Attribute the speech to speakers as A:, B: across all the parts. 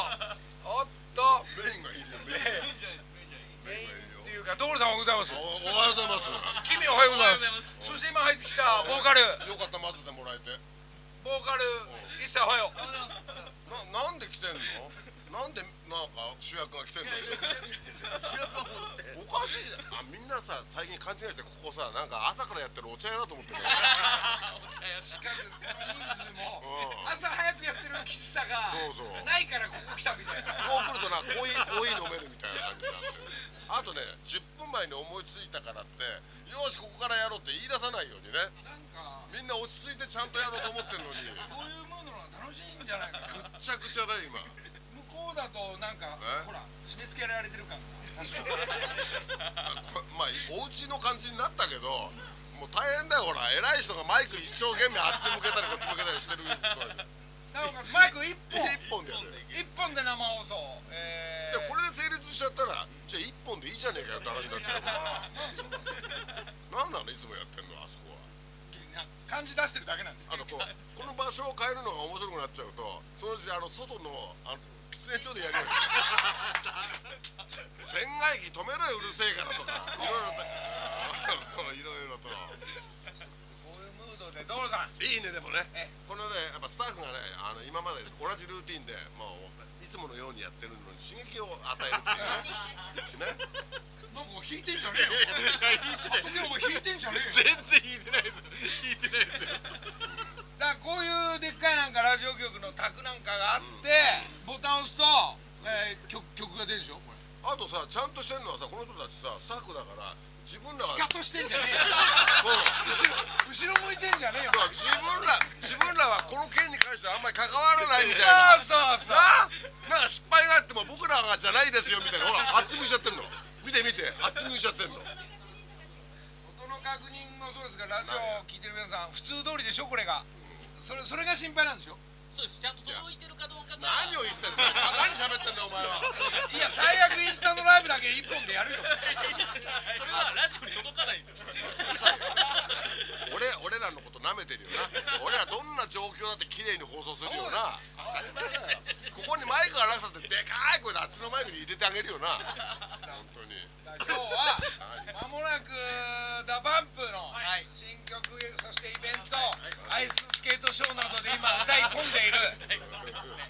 A: おっと
B: メインがいいよ、メイン。
A: メインっていうか、所さんおはようございます。
B: おおはようございます。
A: 君おはようございます。そして今入ってきたボーカル、
B: よかった、混ぜてもらえて。
A: ボーカル一切おはよう。
B: な、なんで来てんのなんで、なんか主役が来てんのおかしいじゃん。あ、みんなさ、最近勘違いして、ここさ、なんか朝からやってるお茶屋だと思ってる。
A: 近くこの人数も朝早くやってる喫茶が
B: そうそう
A: ないからここ来たみたいな。
B: こう来るとな、コーヒー、コーヒー飲めるみたいな感じになってる。あとね、10分前に思いついたからって、よし、ここからやろうって言い出さないようにね。
A: なんか
B: みんな落ち着いてちゃんとやろうと思ってるのに、
A: こういうムードの方が楽しいんじゃないかな。
B: ぐっちゃぐちゃだよ、今。
A: 向こうだとなんか
B: え
A: ほら締め付けられてる感が。
B: こまあお家の感じになったけどもう大変だよほら偉い人がマイク一生懸命あっち向けたりこっち向けたりしてる
A: なおかつマイク一本
B: 一本でやる
A: 一本で生放送。え
B: で
A: ー
B: これで成立しちゃったらじゃあ一本でいいじゃねえかよって話になっちゃうなんなのいつもやってんのあそこは
A: な感じ出してるだけなんです。
B: あとこうこの場所を変えるのが面白くなっちゃうとそのうちあの外のあの喫煙所でやるよ 船外機止めろようるせえからとかいろいろとい ろいろと。
A: こういうムードで所さん。
B: いいねでもね
A: え
B: このねやっぱスタッフがねあの今まで同じルーティンでもういつものようにやってるのに刺激を与える っていうねね
A: なんか引いてんじゃねえよ。でも引いてんじゃねえよ。
C: 全然引いてないですよ引いてないですよ
A: だからこういうでっかいなんかラジオ局の卓なんかがあって、ボタンを押すと、えー曲曲が出るでしょこれ
B: あとさちゃんとしてるのはさこの人たちさスタッフだから自分ら
A: ピカッ
B: は
A: としてんじゃね
B: そう
A: えよ後ろ後ろ向いてんじゃねえよ
B: だから自分ら自分らはこの件に関してあんまり関わらないみたいな
A: そうそうそう
B: ななんか失敗があっても僕らがじゃないですよみたいなほらあっち向いちゃってんの見て見てあっち向いちゃってんの
A: 音の確認もそうですがラジオを聞いてる皆さん普通通りでしょこれがそれそれが心配なんでしょ
C: そうですちゃんと届いてるかどうかが
B: 何を言ってんだよ何喋ってんだよお前はい
A: や最悪インスタのライブだけ一本でやるよ
C: それはラジオに届かないんですよ
B: 俺俺らのこと舐めてるよな俺らどんな状況だって綺麗に放送するよなここにマイクがなくたってでかい声であっちのマイクに入れてあげるよな本当に
A: 今日はまもなくダバンプの新曲そしてイベントアイススケートショーなどで今歌い込んでいる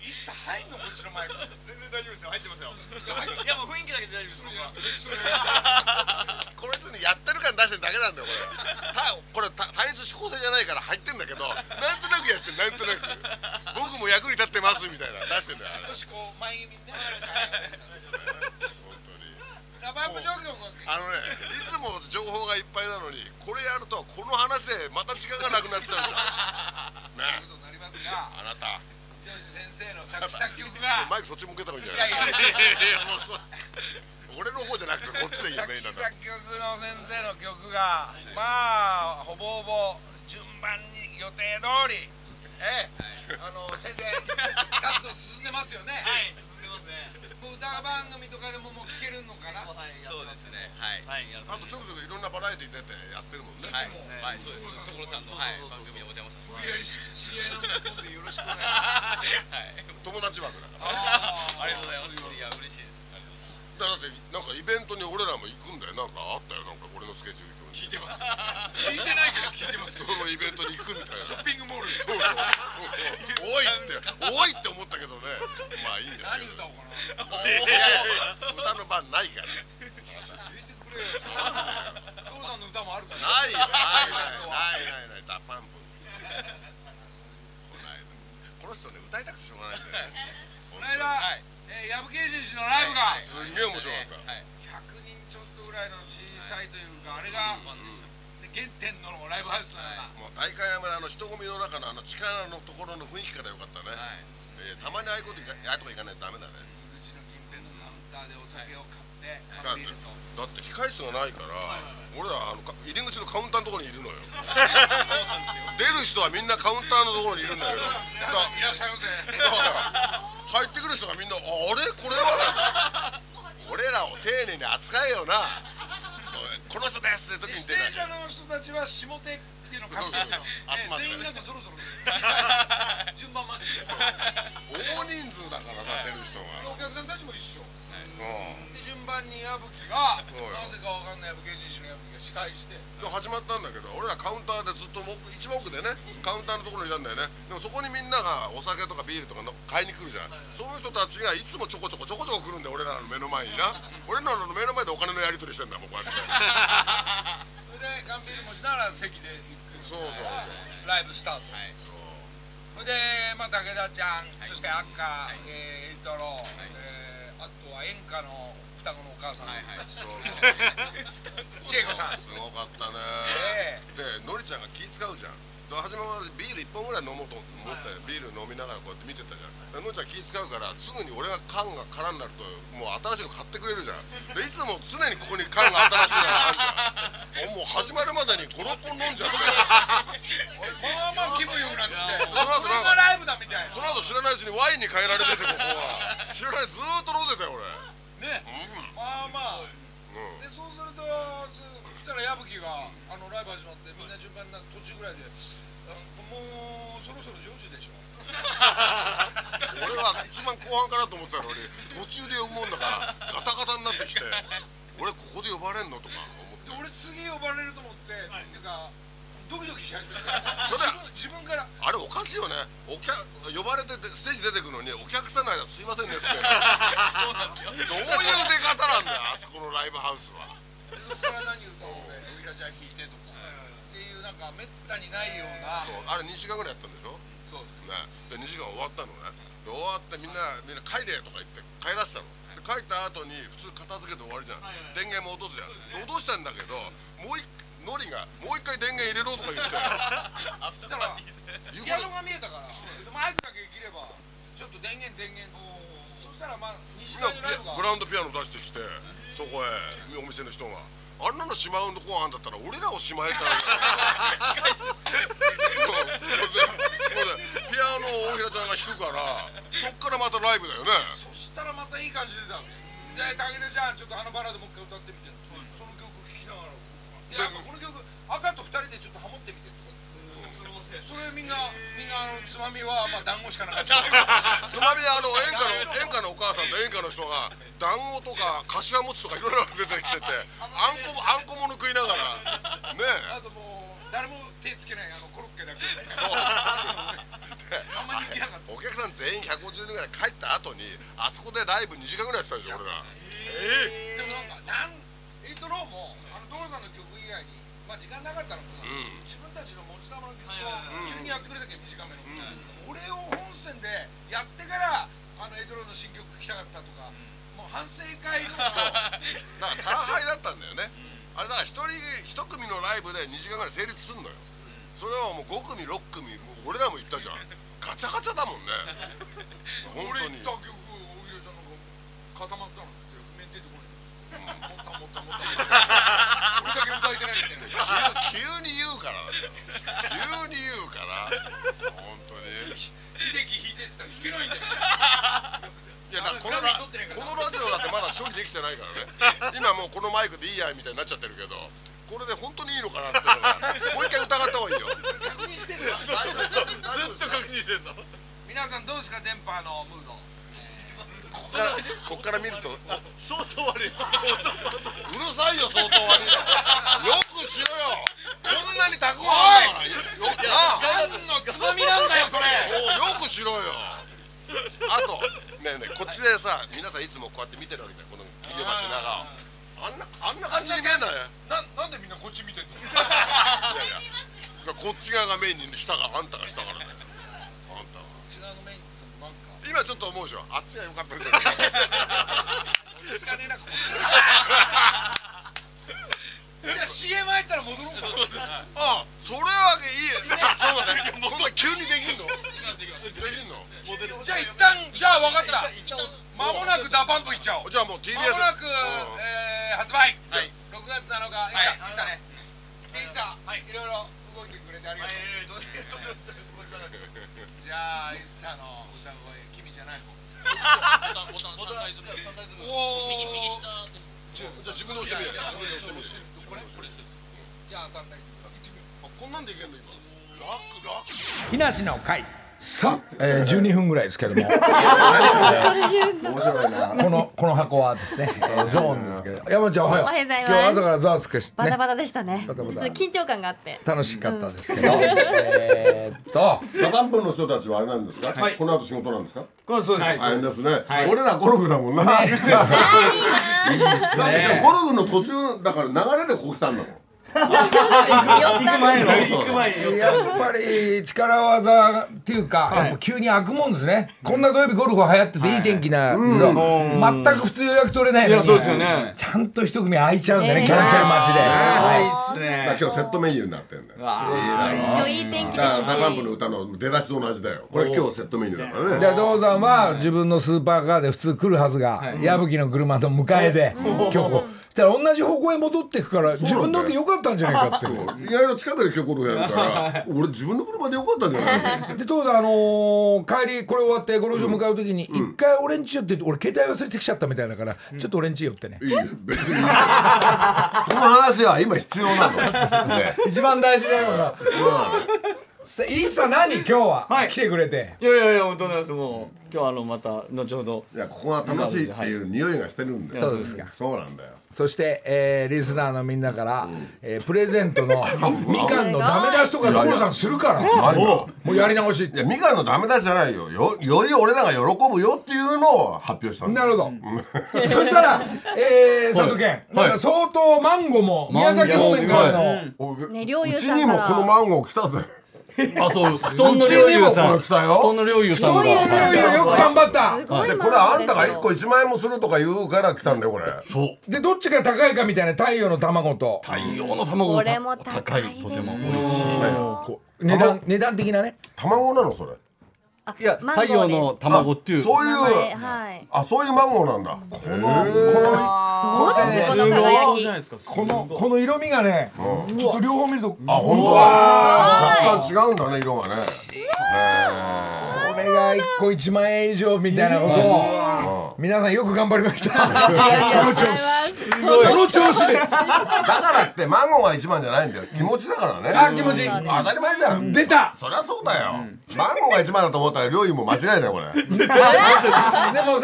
A: 一切入んのこっちのマイク全然大丈夫ですよ入ってますよ
C: いやもう雰囲気だけで大丈夫です僕は
B: これ別にやってる感出してるだけなんだよこれたこれた単一指向性じゃないから入ってんだけどなんとなくやってるなんとなく僕も役に立ってますみたいな出してんだよ
A: 少しこう前気味にねダバンプ状況が
B: あのねいつも情報がいっぱいなのにこれやるとこの話でまた時間がなくなっちゃうじゃんね
A: ことになりますが
B: あなた
A: ジョージ先生の作詞作曲が
B: マイクそっち向けた方がいいんじゃ
A: いや
B: ない
A: いや
B: 俺の方じゃなくてこっちで言えば
A: 作詞
B: いいんだ
A: 作曲の先生の曲がまあほぼほぼ順番に予定通りええ、あの宣伝活動進んでますよね、
C: い進んでますね
A: もう歌番組とかでももう聴けるのかな
C: そうですねはいはいや
B: あとちょくちょくいろんなバラエティー出てやってるもんね、
D: はい、はい、そうです。所さんの、はい、番組にお邪魔させて。
A: 知り合い知り合いなんだ今度よろしくお願い
B: 友達枠だか
D: あ
B: ら
D: りがとうございます。いや、嬉しいです。
B: だってなんかイベントに俺らも行くんだよなんかあったよなんか俺のスケジュール聞いてます
A: 聞いてないけど聞いてます
B: そのイベントに行くみたいなそうそ
A: ショッ
B: う
A: ピングモールで
B: 多いって多いって思ったけどね
A: 何歌おうかな。
B: いやいや歌の番ない
A: 入
B: から
A: れてくれよ。父さんの歌もあるか
B: ないない
A: ら。
B: ないないないないダパンプこないこの人 ね歌いたくてしょうがないんだよね
A: この間、
E: い
A: えー、矢吹健氏のライブが
B: すんげえ面白かっ
E: はい
A: 100人ちょっとぐらいの小さいというか、あれが
E: ファンでした
A: 原点のライブハウスのような。
B: たもう大会山のあの人混みの中のあの力のところの雰囲気からよかったね、
E: はい
B: えーたまにああいうこといかああいうとこ行かないとダメだね
A: うちの近辺のカウンターでお酒を買って、
B: だっ
A: 買ってていると。
B: だって控室がないから、俺らあのか入り口のカウンターのところにいるのよ
E: そうなんですよ
B: 出る人はみんなカウンターのところにい るんだよ
A: 皆さんいらっしゃいませ。
B: だから入ってくる人がみんな「ああれこれは?」俺らを丁寧に扱え よなこの人ですって時 に
A: 出
B: 出ない
A: 演者の人たちは下手っていうのを買ってるんですよ。
B: そうそうそう
A: えー全
B: 集まってね
A: 員なんかそろそろ。順番待 ちしてる。
B: 大人数だからさ出る人が
A: お客さんたちも一緒。
B: うん
A: で順番に矢吹が
B: そうよ
A: なぜかわかんない芸人師の矢吹が司会して
B: で始まったんだけど俺らカウンターでずっと僕一番奥でねカウンターのところにいたんだよねでもそこにみんながお酒とかビールとかの買いに来るじゃんその人たちがいつもちょこちょこちょこちょこ来るんだよ俺らの目の前にな俺らの目の前でお金のやり取りしてんだもんこうやって
A: それでガンビール持ちながら席で行く
B: そうそうそう
A: ライブスタート
E: はい
B: そう
A: それで、まあ、武田ちゃん、そして赤、えー、エイトロー、えーあとは演歌の双子のお母さん、
E: はいはい
B: そう
A: ジェイコさん
B: すごかったね、でのりちゃんが気使うじゃんで始まるまでビール1本ぐらい飲もうと思ってビール飲みながらこうやって見てたじゃんでのりちゃん気使うからすぐに俺が缶が空になるともう新しいの買ってくれるじゃんでいつも常にここに缶が新しいのがあるじゃんもう始まるまでに56本飲んじゃって
A: まあまあ気分よくなってきて
B: そ
A: こ
B: の後
A: れがライブだみたいな
B: その後知らないうちにワインに変えられててここは知らないずーっと飲んでたよ俺
A: ね、まあまあ、
B: ん
A: でそうするとそそしたら矢吹があのライブ始まってみんな順番にな途中ぐらいで、うんもうそろそろ10時でしょ
B: 俺は一番後半かなと思ってたのに途中で呼ぶもんだからガタガタになってきて俺ここで呼ばれんのとか
A: で
B: 思って
A: 俺次呼ばれると思って、っていうかドキドキし始め て
B: それ
A: 自分自分から
B: あれおかしいよねお客呼ばれててステージ出てくのにお客さんの間すいませんねっつって
E: そうなんですよ
B: どういう出方なんだよあそこのライブハウスは
A: でそこから何歌おうでウイラちゃん弾いてとか、っていうなんかめったにないような
B: そうあれ2時間ぐらいやったんでしょ
A: そうです
B: ねで2時間終わったのねで終わってみんなみんな帰れとか言って帰らせたので帰った後に普通片付けて終わりじゃん、電源も落とすじゃん、で落としたんだけどもう一ノリがもう一回電源入れろとか言って
E: アフターパーティーです
B: 言う
A: ピア
B: こ
A: ノ
B: と
A: が見えたからでマイクだけ切ればちょっと電源電源そしたらまあ2時
B: みん
A: 間
B: な
A: のライブが
B: グランドピアノ出してきてそこへお店の人があんなのしまうのご飯だったら俺らをしまえたら
E: 近いっす
B: もうピアノを大平ちゃんが弾くからそっからまたライブだよね
A: そしたらまたいい感じで出たので武田ちゃんちょっと花バラードもう一回歌ってみて、その曲聴きながらいやなんかこの曲赤と二人でちょっとハモってみてとかってそれみんなみんなあのつまみはまあ団子しかな かった
B: つまみあの演歌の演歌のお母さんと演歌の人が団子とか柏餅とかいろいろ出てきててあんこもあんこもの食いながらねえ
A: あともう誰も手つけないあのコロッケだけ
B: そ う
A: あんまり人気なかった
B: お客さん全員150人ぐらい帰った後にあそこでライブ2時間ぐらいやってたでしょ俺ら
A: でもなんかなんエイトローもあのドールさんの曲以外にまあ時間なかったのかな、自分たちの持ち玉の曲を急にやってくれたけど短めの、これを本戦でやってからあのエイトローの新曲聴きたかったとか、もう反省会 の
B: だから大敗だったんだよねあれだから一人一組のライブで2時間ぐらい成立すんのよそれはもう5組6組もう俺らも行ったじゃんガチャガチャだもんね本当
A: 俺
B: に
A: 言った曲大広さんの方固まったのって譜面出てこないんですよ、もったもったもった俺だけ歌えてないみたいな
B: 急急に言うからなんだよ急に言うから本当に
A: 秀樹弾いてって言ったら弾けないんだよ
B: いやだからこのラこのラジオだってまだ処理できてないからね今もうこのマイクでいいやみたいになっちゃってるけどこれで本当にいいのかなっていうのがもう一回疑った方がいいよ
A: 確認してんだ
B: ずっと
E: 確認してんの
A: 皆さんどうですか電波のムード
B: こっからこっから見ると
E: 相当悪いう
B: るさいよ相当悪いよよくしろよこんなにたくわんだからよよなあ
A: 何のつまみなんだよそれ
B: もうよくしろよあとね
F: ないいないこっちでさ皆さんいつもこうやって見てるわけだよこの切り橋の中をあんなあんな感じに見えない
A: ななんでみんなこっち見てんの
F: いやいやこっち側がメインに下があんたが下からだよあんたは
A: 違うのメインなんか
F: 今ちょっと思うでしょあっちが良かったんじゃないか
A: すかねえなここじゃあ CM 入ったら戻ろうか
F: ああそれはいいちょっと待ってそんな急にできんのできんの
A: じゃあ一旦じゃあ分かった間もなくダパンプ行っちゃおう
F: じゃあもう TBS
A: 間もなく、
F: うん
A: えー発売、
C: はい
A: 6月7日イースター、イースターねでイースター、い、ろいろ動いてくれてありがとう、じゃあイースターの歌声君じゃない方おー
F: じゃあ自分で押してみよう自分で押してみようこれこれ
A: じゃあサンライズ1秒
F: あこんなんでいけんの今楽楽
G: 木梨の会
H: さあ、えー、12分ぐらいですけども
F: 面白いな
H: このこの箱はですね、えー、ゾーンですけど山ちゃんおはよう
I: おはようございます
H: 今日は朝からざわつくして、
I: バ
H: ね
I: タ、バタでしたね。ちょ
H: バ
I: っと
H: タバタ
I: 緊張感があって。
H: 楽しかったですけど、えーっと
B: ダダンプの人たちはあれなんですか、この後仕事なんですか
G: これそうです、
B: 大変ですね、俺らゴルフだもんな、だって今ゴルフの途中だから流れでここ来たんだもん
G: 行く前の
B: そうそう
G: 行く前に
H: やっぱり力技っていうか、やっぱ急に開くもんですねこんな土曜日ゴルフは流行ってていい天気な、うん全く普通予約取れないの
G: いや
H: に
G: そうですよね
H: ちゃんと一組空いちゃうんだね、キャンセル待ちで、は
G: ですね
B: だから今日セットメニューになってんだよだか
I: 今日いい天気で
B: ら
I: すし
B: ダ。ダンプの歌の出だしと同じだよこれ今日セットメニューだから
H: い
B: ね
H: で道山は自分のスーパーカーで普通来るはずが矢吹、の車の迎えで、今日こうそしたら同じ方向へ戻ってくから自分のでよかったんじゃないかっていう
B: 意外と近くで今日ゴルフやるから俺自分の車でよかったんじゃない
H: で当然あのー帰りこれ終わってゴルフ場向かう時に一回俺んち寄って俺携帯忘れてきちゃったみたいだからちょっと俺んち寄ってね
B: いいよ別にその話は今必要なのね
H: 一番大事なのがさイッサ何今日は、
G: はい
H: 来てくれて
G: いやいやいや本当ですもう今日あのまた後ほど
B: いやここが楽しいっていう匂いがしてるんだよ
H: そうですか
B: そうなんだよ
H: そして、えーリスナーのみんなから、えープレゼント のみかんのダメ出しとか所さんするから
B: よ
H: もうやり直しっ
B: い
H: て
B: や、ミカのダメ出しじゃないよ。よ、より俺らが喜ぶよっていうのを発表したんだ
H: な
B: よ。
H: るほど、 そしたら、えー、佐藤健、なんか相当マンゴーも宮崎方面からの、
B: お
I: ね猟
B: う
I: 友
B: ち
I: さん
B: に
I: か
B: も
I: ら
B: このマンゴー来たぜ。
E: あ、そう、布団の
B: うち
E: 領
B: に
E: 有
B: も
E: さ
B: こ
E: ん。
B: れ
E: 布
B: 来た
E: 団
B: よ。
E: の領有さん
I: そういう
E: が。
H: いやいやよく頑張った
I: すごい
B: で、
I: 満足
B: これあんたが
I: ですよ
B: 1個1万円もするとか言うから来たんだよ、これ。
E: そう、
H: でどっちが高いかみたいな太陽の卵と
E: 太陽の卵
I: こ
E: が
I: れも高いです
E: とても美味しい。
H: こう値段値段的なね
B: 卵なの、それ。
I: あ
E: いや、
I: マンゴー
E: 太陽の卵っていう。
B: そうい
I: です名前
B: う、
I: はい。
B: あ、そういうマンゴーなんだ。
I: どうですこの輝き。
E: ですか。
H: このこの色味がねちょっと両方見ると
B: あ、本当だ。若干違うんだね、色がね。ね
H: これが1個1万円以上みたいなことを皆さんよく頑張りましたその調子 その調子です
B: だからってマンゴーが1万じゃないんだよ。気持ちだからね。
H: あ気持ちいい
B: 当たり前じゃん。
H: 出た
B: そりゃそうだよ。マンゴーが1万だと思ったら、料理も間違いだよ、これ。
H: でも世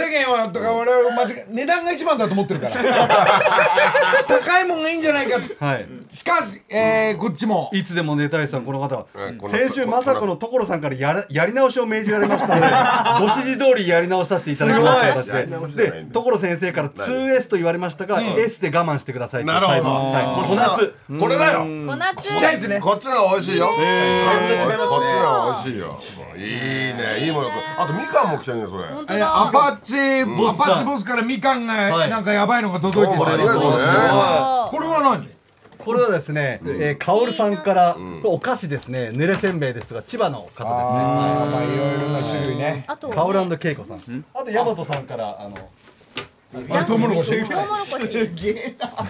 H: 間はとか我々間違い値段が一番だと思ってるから 高いもんがいいんじゃないか
E: はい。
H: しかし、えーこっちも
E: いつでも寝たいさん、この方は
B: うんこ。の
E: 先週、まさこの所さんからやらやり直しを命じられましたので、 ご指示通りやり直させていただきまし
B: や
E: た
B: り直
E: 形
B: しじゃ
E: で。
B: ない
E: で
B: んだ、
E: 所先生から 2S と言われましたが、S で我慢してくださいと。
B: なるほど
E: 最後は
B: こっち
E: い。こ
B: のこれだよ
I: この夏
H: ちっちゃいやつね
B: こっちの方が美味しいよこっちの方が美味しいよいいねいいものあとみかんも来てるねそれ
I: 本当
H: えー
I: だ。
H: アパッチ、アパッチボスからみかんが
E: はい
H: なんかやばいのが届い
B: ど
H: て
B: う
H: て
B: もありがとうね
H: これは何
E: これはですね、えー、カオルさんから、これお菓子ですね、濡れせんべいですが、千葉の方ですね。
H: あーまあいろいろな種類ね
I: あと
E: カオルケイコさん。あとヤマトさんからあの
H: あれトウモロコシ
I: トウモロコシ。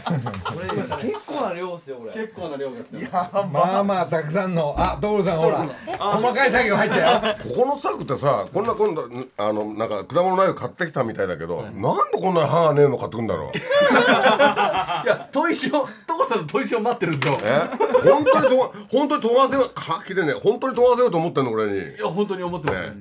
G: 結構な量ですよこれ
E: 結構な量が来て
H: まあまあたくさんのあトウルさんほら細かい作業入ったよ
B: ここのスタッフってさこんな今度あのなんか果物ナイフ買ってきたみたいだけどなんでこんなに歯がねえの買ってくんだろう
E: いや砥石を所さんの砥石を待ってるんですよ。
B: え本当にとが本当にとがせようかきでね本当にとがせようと思ってんの俺に
E: いや本当に思ってます。
B: ね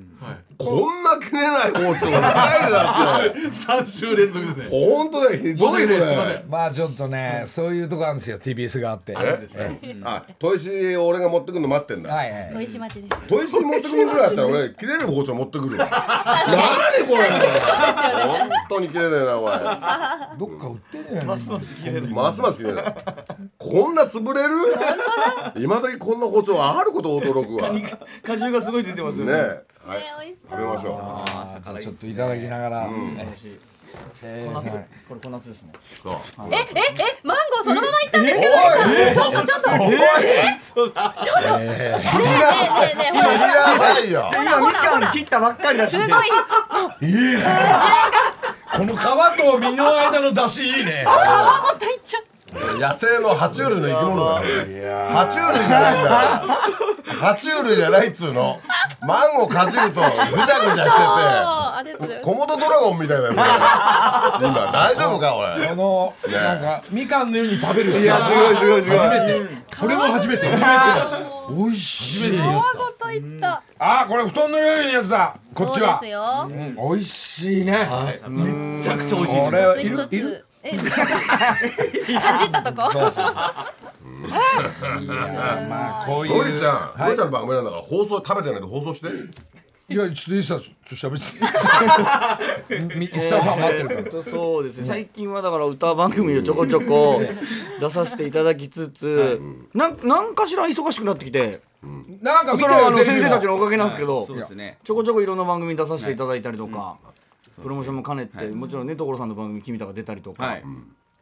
B: こんな切れない包丁ないだって
H: 三週連続ですね
B: 本当だよひどいねこれ
H: まあちょっとねそういうとこあるんですよ TBS があって
B: えあ砥石俺が持ってくるの待ってんだ
H: はいはい
I: 砥石町です
B: 砥石持ってくるぐらいだったら俺切れる包丁持ってくるわ何これ本当に切れねえなお前
H: どっか売ってんじゃないますます
B: 切れますます切れないこんな潰れる今時こんな包丁あること驚くわね
J: 果汁がすごい出てますよね
B: えはい食べましょう
H: じゃあちょっといただきながら
B: うん
H: えーえー
J: 小夏
H: はい
J: これ小夏ですね
B: そう
I: えええマンゴーそのままいったんですけどねちょっとちょっと
J: おい
I: え
J: ちょっと
I: ちょっとね
H: え
I: えねえねえほらほら
B: ないよ
I: ほらほら
J: 今みかん切ったばっかりだし
I: すごい
H: いいねこの皮と身の間の出汁いいね
I: あ皮ごといっちゃう
B: 野生の爬虫類の生き物だよ爬虫類じゃないんだよ爬虫類じゃないっつうのマンゴーかじるとぐちゃぐちゃ
I: あーありがとうござ
B: し
I: います
B: ててコモドドラゴンみたいだよこれ今大丈夫か俺
H: この
B: ね
H: なんかみかんのように食べる
J: いやすごいすごいすごい
H: 初めてこれも初めて美味しい
I: 皮ごといった
H: あーこれ布団のようにやつだこっち
I: そう
H: は
I: ですよ
H: 美味しいねめちゃくちゃ美味しいこれい
I: 一
H: る
I: つ
H: い
I: 一
H: る
I: つえかじったとこ
H: そうそうそうまあこういう
B: ロリちゃん、ロリちゃんの番組なんだから放送食べてないと放送して
H: いやちょっといいさちょっと喋ってみ一さファン待ってるから
J: とそうですね最近はだから歌番組をちょこちょこ出させていただきつつなんなんかしら忙しくなってきて
H: なんか見
J: そ
H: た
J: れ
H: よ
J: はあの
H: テレビ
J: 先
H: も
J: 生たちのおかげなんですけ
H: は
J: ど
H: いそうですね
J: ちょこちょこいろんな番組に出させていただいたりとかプロモーションも兼ねてもちろんね所さんの番組君たが出たりとか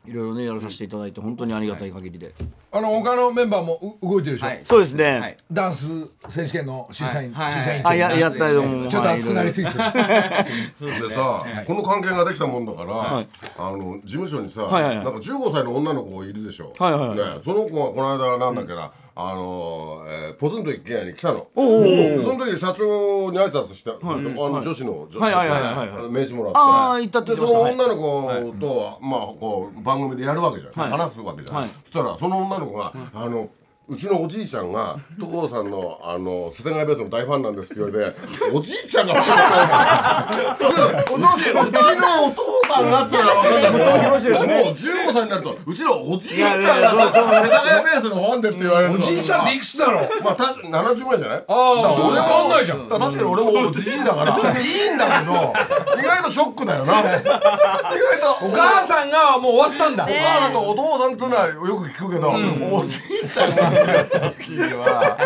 J: いろいろねやらさせていただいて本当にありがたい限りで
H: あの他のメンバーもう動いてるでしょ、
J: そうですね
H: ダンス選手権の審査員、
J: はいは
H: 審
J: い
H: 査員
J: あややったよもう
H: ちょっと熱くなりすぎてる、
B: でさ、この関係ができたもんだから、あの事務所にさ、
J: はいはいはい
B: なんか15歳の女の子いるでしょ、
J: はいはいはい
B: ね、その子がこの間なんだっけな、あのーえーポツンと一軒家に来たの
J: おうおうおう
B: でその時社長に挨拶して、そしてあの女子の女子
J: はいはいはいはいはい
B: 名刺もらって
J: ああ行ったって
B: で
J: 言
B: そ
J: ってました
B: の女の子と、まあこう番組でやるわけじゃん、
J: はい
B: 話すわけじゃん、
J: はい
B: そしたらその女の子が、あのうちのおじいちゃんが所さんのあの世田谷ベースの大ファンなんですって言われておじいちゃんが分かんないお父さんうちのお父さんがっていうのは分かんないけどもう15歳になるとうちのおじいちゃんが世田谷ベースのファンでって言われる
H: おじいちゃんっていくつだろう
B: まあ確か70ぐらいじゃない
H: ああ
B: だから俺も
H: 変わんないじゃん
B: だから確かに俺もおじいだからいいんだけど意外とショックだよな意外と
H: お母さんがもう終わったんだ、
B: お母さんとお父さんっていうのはよく聞くけど、おじいちゃんなんて時は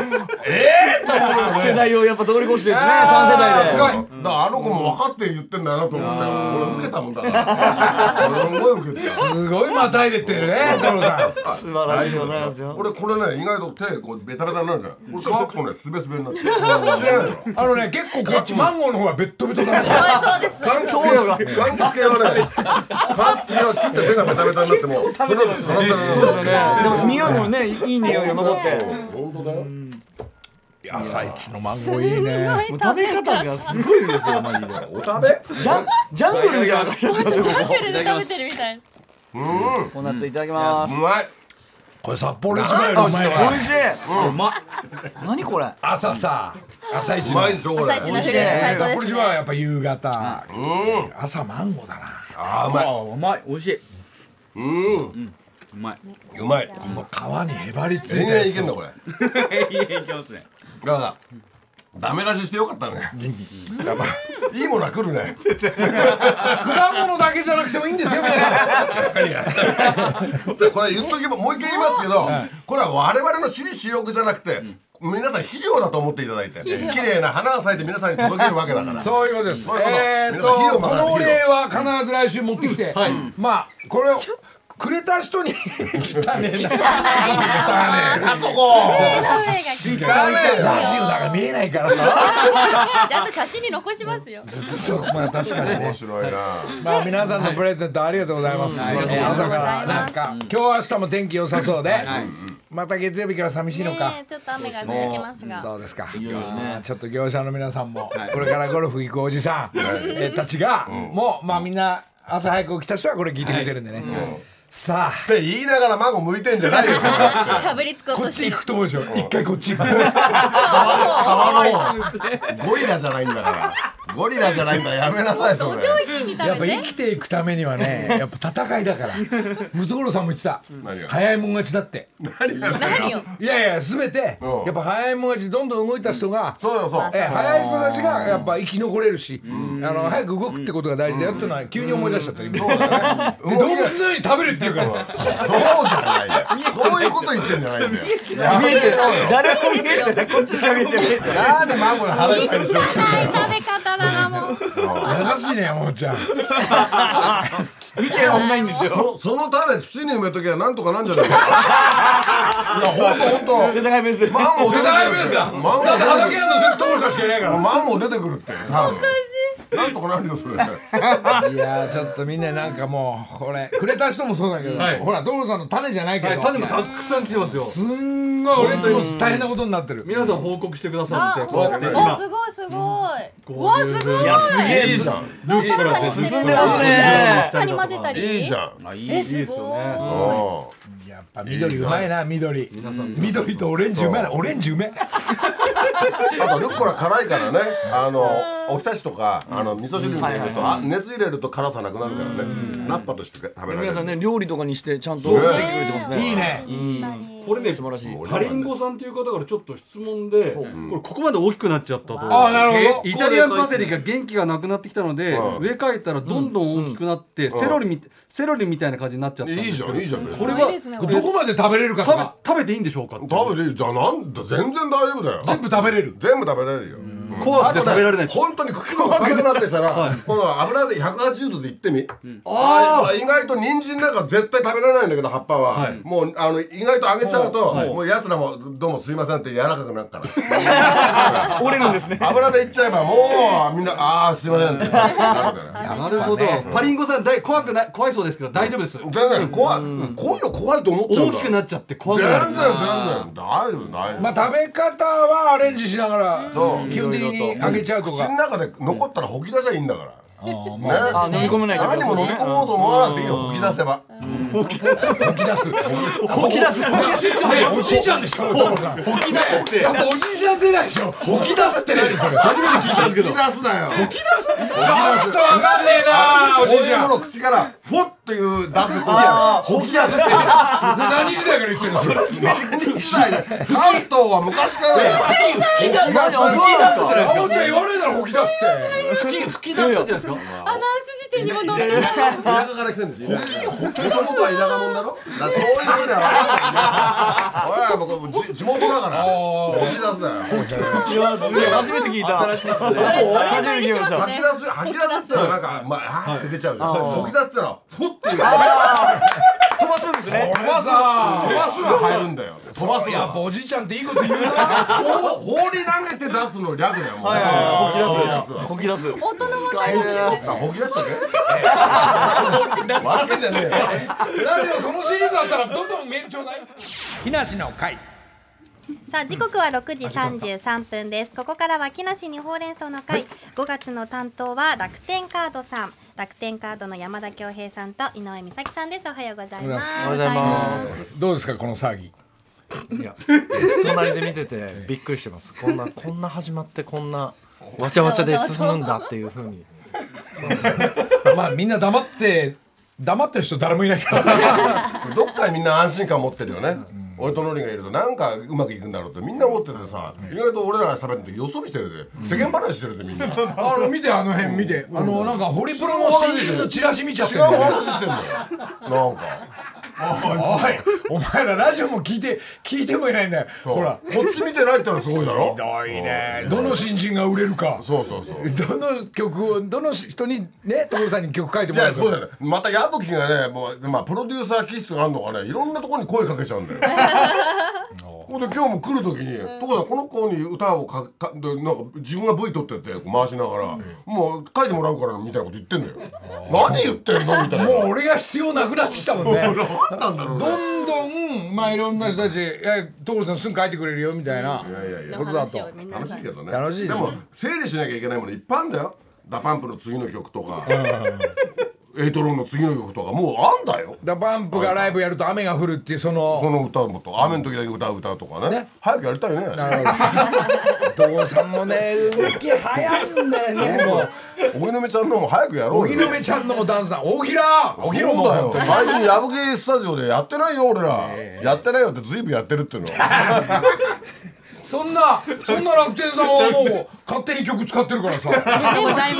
B: ええー、と思うよね
J: 世代をやっぱ通り越してですね
H: あー
J: 3世代ですす
H: ごい
B: だからあの子も分かって言ってんだよなと思って俺受けたもんだからすごい受けてた
H: すごいまたいでってるね太郎さ
J: 素晴らしいでございますよ
B: 俺これね意外と手こうベタベタになるじゃん俺乾くとねすべすべになって知らないの
H: んあのね結構こっちマンゴーの方がベッドベトだね
I: そうですそうです
B: 柑橘系柑橘系はね柑橘系は切って手がベタベタになってもそれだとさらさら
J: そうで
B: な
J: すよ
B: ん
J: ねでも匂いもねいい匂いが残って
B: 本当だよ
H: 朝一のマンゴーいいね
J: もう食べ方がすごいですよマジで
B: お食べ
J: ジャンジャングルみたいな感じだったよここ
I: ホテルで食べてるみたいな
B: うん
J: 小夏いただきます
B: うまい
H: これ札幌一番よりうまい
J: 美
H: わ
J: 味しいうんま何これ
H: 朝さ朝一
B: う
H: の
B: まいで
H: 札
B: しょこれ
I: 朝一のフルーツ最高で
H: 幌一
I: す
H: 番は
I: ね
H: やっぱ夕方、朝マンゴーだな
B: あーうまい
J: あうまい美味しい
B: うん
D: うまい。
B: うまい
H: この皮にへばりつい
B: 全
H: たや
B: 然い
H: つ
B: けんだこれ
D: いやいけますね。
B: だからダメ出ししてよかったねやっぱ いいものは来る ね
H: 果物だけじゃなくてもいいんですよ皆さん
B: じゃあこれ言っとけばもう一回言いますけど、これは我々の私利私欲じゃなくて、皆さん肥料だと思っていただいて綺麗な花が咲いて皆さんに届けるわけだから
H: そういうことです。
B: そういうこと
H: えーっと、
B: 皆さん
H: こ
B: 肥料
H: のお
B: 学び
H: 礼は必ず来週持ってきて、まあ、これを。くれた人に 汚ねえな。
B: だねあそこ
I: 食べが
B: ダメ
H: ラジオだから見えないからな。
I: ちゃんと写真に残しますよ
H: ちょっとまあ確かに
B: 面
H: ね。
B: 白いな
H: まあ皆さんのプレゼントありがとうございます。
I: りがとうございます
H: 朝からなんか今日明日も天気良さそうで、また月曜日から寂しいのか
I: ね。えちょっと雨が続きますが
H: そうですか。まあちょっと業者の皆さんも、これからゴルフ行くおじさんえーたちが、もう、まあみんな朝早く起きた人はこれ聞いてくれてるんでね。さあ
B: って言いながら孫向いてんじゃないよそんなって
I: かぶりつこうとしてる
H: 行くと思うでしょ一回こっち行く
B: 川のゴリラじゃないんだからゴリラじゃないんだやめなさいそれ
H: やっぱ生きていくためにはねやっぱ戦いだからムツゴロウさんも言ってた早いもん勝ちだって何
B: が何
I: よ
H: いやいや全てやっぱ早いもん勝ちどんどん動いた人が
B: そうよそう
H: え早い人たちがやっぱ生き残れるしあの早く動くってことが大事だよっていうのは急に思い出しちゃった今で動物のように食べるっていうから
B: そうじゃないよそういうこと言ってんじゃないんだよやめてそうよ
E: 誰も見えてないこっちしか見えてない
B: なんで孫が腹いっぱいにしようとしてんだよ
I: 食べ方だなもう
H: 優しいね山本ちゃん
E: 見てはないんですよ
B: そその種土に埋めときゃなんとかなんじゃ ないかいやほんとほんと
J: 世田谷ベースで
B: マンゴー出て
H: 世田谷ベー
B: く
H: ス
B: る
H: だ
B: マンゴー
H: だって
B: 出て
H: 畑
B: く
H: やんの絶対俺さしかいないか
B: る
H: ら
B: マンゴー出てくるって多分なんとかなるよそれ
H: いやーちょっとみんななんかもうこれくれた人もそうだけど、
E: はい
H: ほら道路さんの種じゃないけど、
E: はい種もたくさん来てますよ
H: すんごい俺んちも大変なことになってる
E: 皆さん報告してくださ
I: あ
E: るんでこう
I: お
E: やって
I: お
E: 今
I: すごいすごいわすごい
B: いいじゃん
I: なんかなんか
E: 進んでますね
I: 下に混ぜたり
B: いいじゃん
E: あいい
I: えすごい
B: お
H: やっぱ緑うまいな緑緑とオレンジうまいなオレンジうめえ
B: あとルッコラ辛いからねあのおひたしとかあの味噌汁に入れるとあ熱入れると辛さなくなるからねナッパとして食べられ
J: 皆
B: る
J: さんね料理とかにしてちゃんと
B: ね
J: 持ってきてくれてますね
H: いいね
E: これね
J: 素晴らしい
E: カリンゴさんという方からちょっと質問で、これここまで大きくなっちゃったと。
H: あーなるほど
E: イタリアンパセリが元気がなくなってきたので、植え替えたらどんどん大きくなって、セロリみセロリみたいな感じになっちゃった
B: い
E: ん
B: い
E: で
B: じ
E: すけ
B: ゃ
E: ど
B: んいいじゃん別に
E: これ
I: いい
E: は
I: ですね
H: どこまで食べれるかと
E: 食べ
H: か
E: 食べていいんでしょうかって。
B: 食べていいじゃんなんだ全然大丈夫だよ
H: 全部食べれる
B: 全部食べられるよ、
E: 怖くて食べられない
B: あとね本当に茎も赤くなってきたら、今度は油で180度でいってみ、ああ意外と人参なんか絶対食べられないんだけど葉っぱは、
E: はい
B: もうあの意外と揚げちゃうと、もうやつらもどうもすいませんって柔らかくなるから
J: 俺なんですね
B: 油でいっちゃえばもうみんなああすいませんってなるから
E: なるほど。パリンゴさん大怖くない怖いそうですけど大丈夫です。
B: 全然怖いこういうの怖いと思っちゃうん
E: 大
B: だ
E: きくなっちゃって怖く
B: 全
E: な
B: 然全
E: る。
B: 然大丈夫大丈夫
H: まあ食べ方はアレンジしながら
B: そう
H: 基本的に揚げちゃうと
B: 口の中
H: か
B: で残ったら吐き出しゃいいんだからね、
J: あ飲み込めないから
B: 何も飲み込もうと思わなくていいよ吹き出せば
H: 吐き出す
J: 吐き出す
H: ねえおじいちゃんでしょ道路さん
E: 大きなって。
H: やっぱおじいちゃん世代でしょ
B: 吹き出すって何それ初めて聞いたんですけど吹き出すだよ吹き出す
H: ちょっとわかんねえな
B: こ
H: お
B: う
H: じいち
B: いう
H: ゃ
B: も
H: ん
B: のを口からフォッていう出すことき出すって言うよ
H: それ何時代から言ってるん
B: 何
H: ですか
B: 時代だよ関東は昔からだよ吹き出す
H: あおちゃん言われいだろ吹き出すって
E: 吹き吹き出すって言うんですか。
I: アナウンス辞典にも載ってます
B: 田舎から来てるんですよもともとは田舎もんだろだからそういうふうには分かんないんだよ俺はもうこうじ地元だから吹き出すだよ
J: いやすげえ初めて聞いた新しいですね初めて聞きました
B: 吐き出す吐き出すってのはなんかまああーって出ちゃうよ吐き出すってのはフォッていう
J: 飛ばすんですね
B: 飛ばすわ飛ばすが入るんだよ飛ばす
H: やっぱ
B: が
H: おじいちゃんっていいこと言うな
B: 放放り投げて出すの略だよもう
J: はい
B: 吐き出すわ
J: こき出す
I: 大人も大変です
B: あ吐き出したね笑ってんじゃねえよ
H: ラジオそのシリーズあったらどんどんメールちょうだい木梨の会
I: さあ時刻は6時33分ですここからは木梨にほうれん草の会、5月の担当は楽天カードさん楽天カードの山田恭平さんと井上美咲さんですおはようございますおはようございます
H: どうですかこの騒ぎ
K: いや隣で見ててびっくりしてますこんなこんな始まってこんなわちゃわちゃで進むんだっていうふうに
H: まあみんな黙って黙ってる人誰もいないから
B: どっかにみんな安心感持ってるよね俺とノリがいるとなんかうまくいくんだろうってみんな思っててさ意外と俺らが喋る時よそ見してるで世間話してるでみんな 違う
H: あの見てあの辺見てあのなんかホリプロの新人のチラシ見ちゃってる
B: 話してんだよなんか
H: おいお前らラジオも聞いて聞いてもいないんだよ
B: そう
H: ほら
B: こっち見てないってのはす ごいだろ
H: ひどいねどの新人が売れるか
B: そうそうそう
H: どの曲をどの人にね所さんに曲書いても
B: じゃ
H: ら
B: あ
H: う
B: そうだよねまた矢吹がねもう、まあ、プロデューサー気質があるのかねいろんなところに声かけちゃうんだ よほんで今日も来る時に「所さんこの子に歌をかかでなんか自分が V 取っててこう回しながら、もう書いてもらうから」みたいなこと言ってんだよ何言ってんのみたいな
H: もう俺が必要なくなってきたもんね
B: 何なんだろう
H: ど
B: ね
H: んどんまあいろんな人たち「え所さんすぐ書いてくれるよ」みたい ない
B: やいやいや
H: ことだと
I: 話をみんな
B: 楽し
I: さ
B: いけどね
H: 楽しいです
B: で
H: ね
B: も整理しなきゃいけないものいっぱいあるんだよダパンプの次の曲とかエイトロンの次の曲とかもうあんだよ
H: だバンプがライブやると雨が降るっていうその
B: この歌もと雨の時だけ歌う歌とかね早くやりたいね
H: なるほど父さんもね動き早いんだよねもう
B: 荻野目ちゃんのも早くやろうよ
H: 荻野目ちゃんのもダンスだ大平
B: お
H: 大
B: 昼
H: 平も
B: もだよ
H: 本当に
B: 最近矢吹スタジオでやってないよ俺らやってないよってずいぶんやってるっていうの
H: そんなそんな楽天さんはもう勝手に曲使ってるからさ
L: でも幸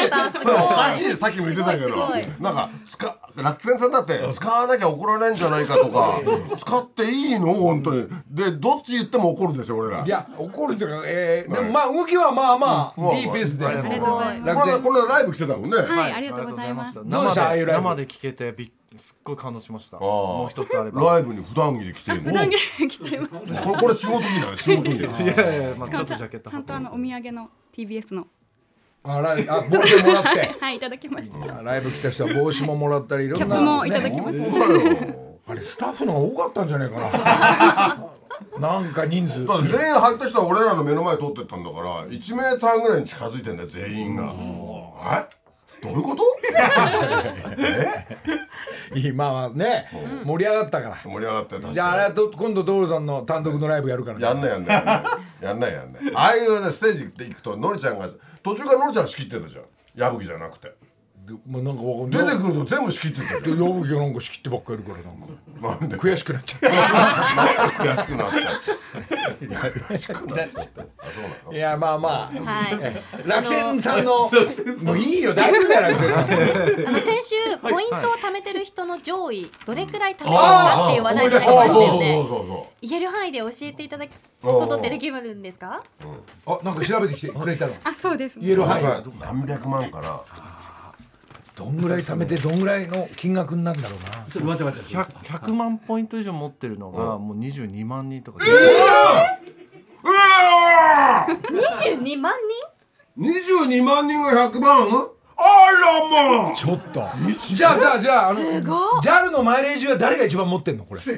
L: せだ
B: それおかしいさっきも言ってたけ
L: す
B: ど
L: ごいす
B: なんか使楽天さんだって使わなきゃ怒られないんじゃないかとか使っていいの本当にでどっち言っても怒るでしょ俺ら
H: いや怒るというか、えー、でもまあ動きはまあまあ、いいペースで、
B: ありがとうございますこの
H: 楽天
B: 間この間ライブ来てたもんね
K: はい
M: ありがとうございます
H: どうでしたああ
K: 生
H: いう
K: で
H: ライブ
K: 生で聞けてびっすっごい感動しました
B: あー
K: もう一つあれば
B: ライブに普段着で来てるの
M: 普段着で来ちゃいました
B: これこれ仕事着だよ仕事着
K: いやいやいやまあ
M: しかもちゃ
K: ちょっとジャケット
M: ちゃんとあのお土産の TBS の
H: あライブあ帽子もらって
M: はいいただきました
H: あライブ来た人は帽子ももらったりいろんな
M: キャップもいただきました
H: ね
M: 本当だ
H: あれスタッフの方が多かったんじゃないか ななんか人数
B: だから全員入った人は俺らの目の前通ってったんだから1メーターぐらいに近づいてんだよ全員がえどういうこと
H: いいまあまあね、盛り上がったから
B: 盛り上がったよ確かに
H: じゃああれはと今度ドールさんの単独のライブやるから、
B: やんないやんないやんないやんないああいうねステージ行って行くとのりちゃんが途中からのりちゃん仕切ってたじゃん矢吹じゃなくて
H: もうなんかわかん
B: 出
H: ない
B: てくると全部仕切ってたじゃん
H: 呼ぶ気がなんか仕切ってばっかりいるから
B: なんかなんで
H: 悔しくなっちゃった
B: なんか悔しくなっちゃった悔しくなっちゃったあそうなの
H: いやまあまあ、
I: はい
H: え楽天さんのもういいよ大丈夫だよ楽天さん
I: あの先週ポイントを貯めてる人の上位どれくらい貯めるのかっていう話題になりましたよ
B: そう
I: ね
B: そうそうそう
I: 言える範囲で教えていただくことってできるんですか
H: あなんか調べてきてくれたの
M: あそうですね
H: 言える範囲
B: なんか何百万から
H: どんぐらい貯めてどんぐらいの金額になるんだろうな
K: ちょっと待って待って待って100万ポイント以上持ってるのがもう22万人とか
I: 22万
B: 22万人が100万あらまあ
H: ちょっとじゃあさじゃああの
I: すごっ
H: JAL のマイレージは誰が一番持ってんのこれ
K: そ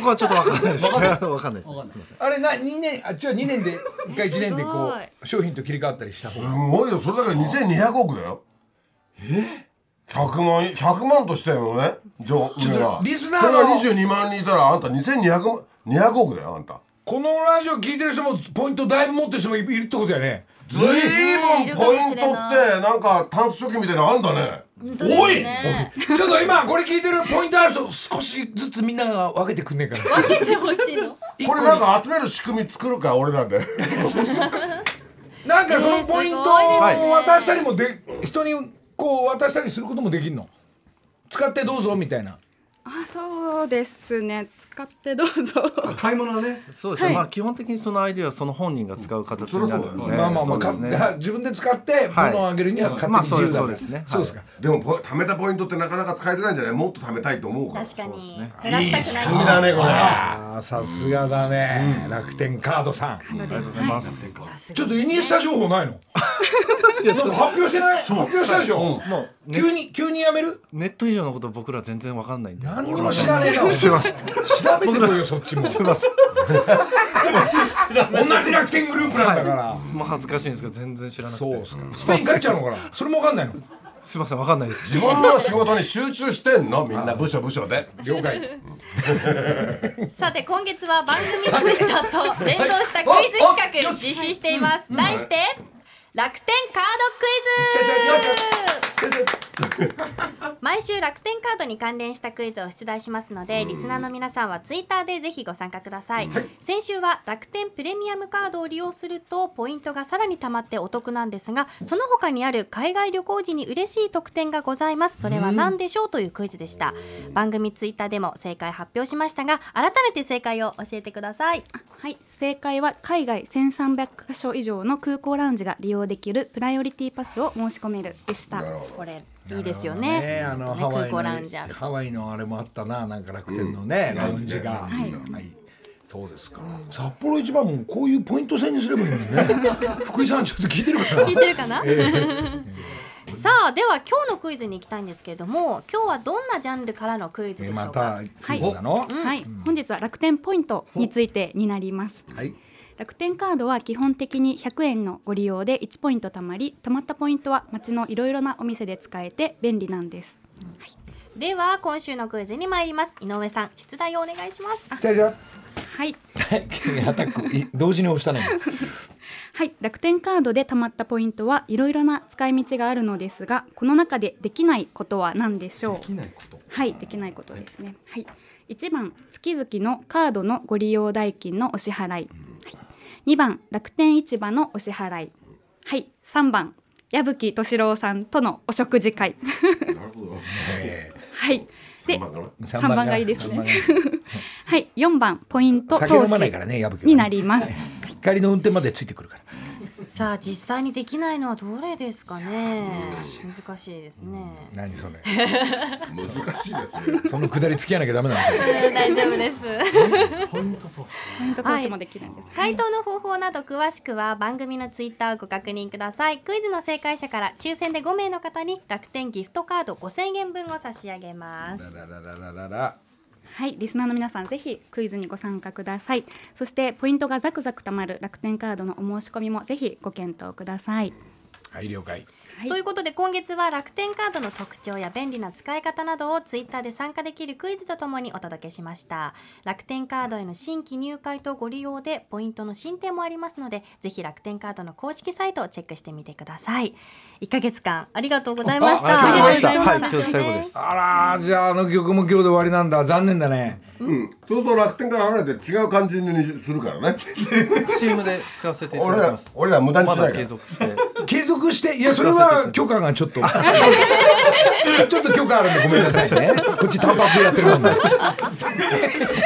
K: こはちょっとわかんないです
H: わかんない
K: わかんないですすいません
H: あれな2年あ違う2年で1回1年でこ
B: すごいう
H: 商品と切り替わったりした方
B: す
H: が
B: ごいよそれだけで2200億だよえ100万100万としてのね上
H: ちょっと
B: 上は
H: リスナーの
B: それが22万人いたらあんた2200万200億だよあんた
H: このラジオ聞いてる人もポイントだいぶ持ってる人もいるってことだよね
B: ずいぶんポイントってなんかタンス貯金みたいなのあんだねおい
H: ちょっと今これ聞いてるポイントある人少しずつみんなが分けてくんねえから
I: 分けてほしいの
B: これなんか集める仕組み作るか俺らで
H: なんかそのポイン
B: えーす
H: ト
B: ごいですね
H: を渡したりもで、人にこう渡したりすることもできるの使ってどうぞみたいな
M: あそうですね使ってどうぞ
K: 買い物ねそうです
M: は
K: ね
M: い
K: まあ基本的にそのアイディアはその本人が使う形になるので
H: まあまあまあ、
K: そうで
H: か
K: す ね
H: 自分で使って物をあげるには勝手に自由だからそうですか、
B: でもポ貯めたポイントってなかなか使えてないんじゃないもっと貯めたいと思うから
I: 確かに
B: 減らしたくないいい仕組みだねこれ
H: あーさすがだね、楽天カードさん
M: ありがとうございます
H: ちょっとイニエスタ情報ないのなんか発表してない発表したでしょ、
K: うんもう
H: 急に急にやめる
K: ネット以上のこと僕ら全然わかんないんで
H: 何にも知らねえな
K: すいません
H: 調べてこいよそっちも
K: すいません
H: 同じ楽天グループなんだから、
K: もう恥ずかしいんですけど全然知らなくてそうですか
H: スペイン帰っちゃうのかなそれもわかんないの
K: すいませんわかんないです
B: 自分の仕事に集中してんのみんな部署部署で
H: 了解
I: さて今月は番組ツイッターと連動したクイズ企画実施しています
B: うん
I: 題して楽天カードクイズ毎週楽天カードに関連したクイズを出題しますのでリスナーの皆さんはツイッターでぜひご参加ください、先週は楽天プレミアムカードを利用するとポイントがさらに貯まってお得なんですがその他にある海外旅行時に嬉しい特典がございますそれは何でしょうというクイズでした番組ツイッターでも正解発表しましたが改めて正解を教えてください
M: はい正解は海外1300カ所以上の空港ラウンジが利用できるプライオリティパスを申し込めるでした
I: これいいですよ
H: ね
I: ね
H: あの
I: ね
H: ハワ
I: 空
H: イ
I: 港ラウンジあ
H: の
I: る
H: ハワイのあれもあったななんか楽天のね、
B: うん
H: ラウンジが、
B: はい
H: はいそうですか、札幌一番もこういうポイント制にすればいいの にね福井さんちょっと聞いてるかな
I: 聞いてるかな
H: え
I: さあでは今日のクイズに行きたいんですけれども今日はどんなジャンルからのクイズでしょうか
H: またクイズなの
M: はい、本日は楽天ポイントについてになります。
H: はい
M: 楽天カードは基本的に100円のご利用で1ポイント貯まり貯まったポイントは街のいろいろなお店で使えて便利なんです
I: では今週のクイズに参ります井上さん出題をお願いします
H: じゃじゃ
M: はい
H: アタックい同時に押したね今
M: はい、楽天カードで貯まったポイントはいろいろな使い道があるのですがこの中でできないことは何でしょうできないことはいできないことですね、はい、1番月々のカードのご利用代金のお支払い、はい、2番楽天市場のお支払い、はい、3番矢吹敏郎さんとのお食事会はいで
H: 三番かな
M: 3番がいいですねはい4番ポイント
H: 酒
M: 投
H: 飲まない
M: 資
H: からね矢吹は
M: になります
H: 光の運転までついてくるから
I: さあ実際にできないのはどれですかね難しいですね
H: 何それ
I: 難
B: しいですね
H: そのくだり付き合わなきゃダメなの
I: 大丈夫です
M: ポイント投資もできるんです、
I: 回答の方法など詳しくは番組のツイッターをご確認くださいクイズの正解者から抽選で5名の方に楽天ギフトカード5000円分を差し上げます
H: ララララララ
M: はい、リスナーの皆さんぜひクイズにご参加ください。そしてポイントがザクザク貯まる楽天カードのお申し込みもぜひご検討ください。
H: はい了解
I: ということで今月は楽天カードの特徴や便利な使い方などをツイッターで参加できるクイズとともにお届けしました楽天カードへの新規入会とご利用でポイントの進展もありますのでぜひ楽天カードの公式サイトをチェックしてみてください1ヶ月間ありがとうございました
H: あありがとうございました
I: そう
H: は
I: ないんですよね
H: あらーじゃああの曲も今日で終わりなんだ残念だね
B: うん、そうすると楽天から離れて違う感じにするから ね
K: CM で使わせていた
B: 俺
K: だき
B: ら
K: ます
B: 俺ら無駄にしない
K: ま
B: か
K: だ
B: ら
K: 継続して
H: 継続していやそれは許可がちょっと ちょっと許可あるんでごめんなさいねこっち単発でやってるもんで